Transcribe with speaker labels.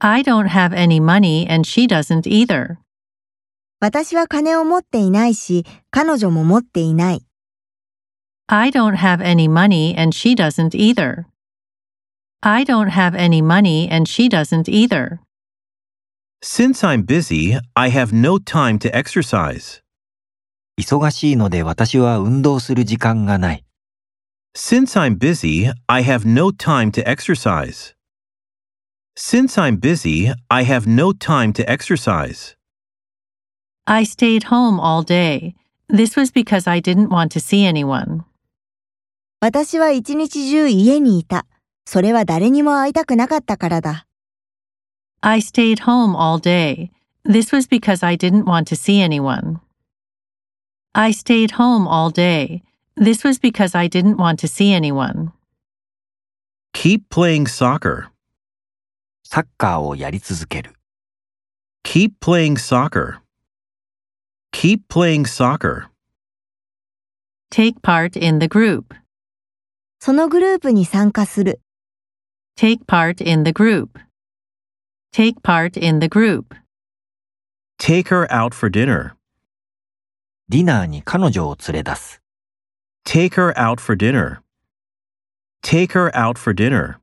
Speaker 1: I don't have any money and she doesn't either.
Speaker 2: 私は金を持っていないし、彼女も持っていない。
Speaker 1: I don't have any money and she doesn't either. I don't have any money and she doesn't either.
Speaker 3: Since I'm busy, I have no time to exercise.
Speaker 4: 忙しいので私は運動する時間がない。
Speaker 3: Since I'm busy, I have no time to exercise. Since I'm busy, I have no time to exercise.
Speaker 1: I stayed home all day. This was because I didn't want to see anyone.
Speaker 2: 私は一日中家にいた。それは誰にも会いたくなかったからだ。
Speaker 1: I stayed home all day. This was because I didn't want to see anyone. I stayed home all day. This was because I didn't want to see anyone.
Speaker 3: Keep playing soccer.
Speaker 4: サッカーをやり続ける。
Speaker 3: Keep playing soccer. Keep playing soccer.
Speaker 1: Take part in the group.
Speaker 2: そのグループに参加する。
Speaker 1: Take part in the group. Take part in the group.
Speaker 3: Take her out for dinner.
Speaker 4: ディナーに彼女を連れ出す。
Speaker 3: Take her out for dinner. Take her out for dinner.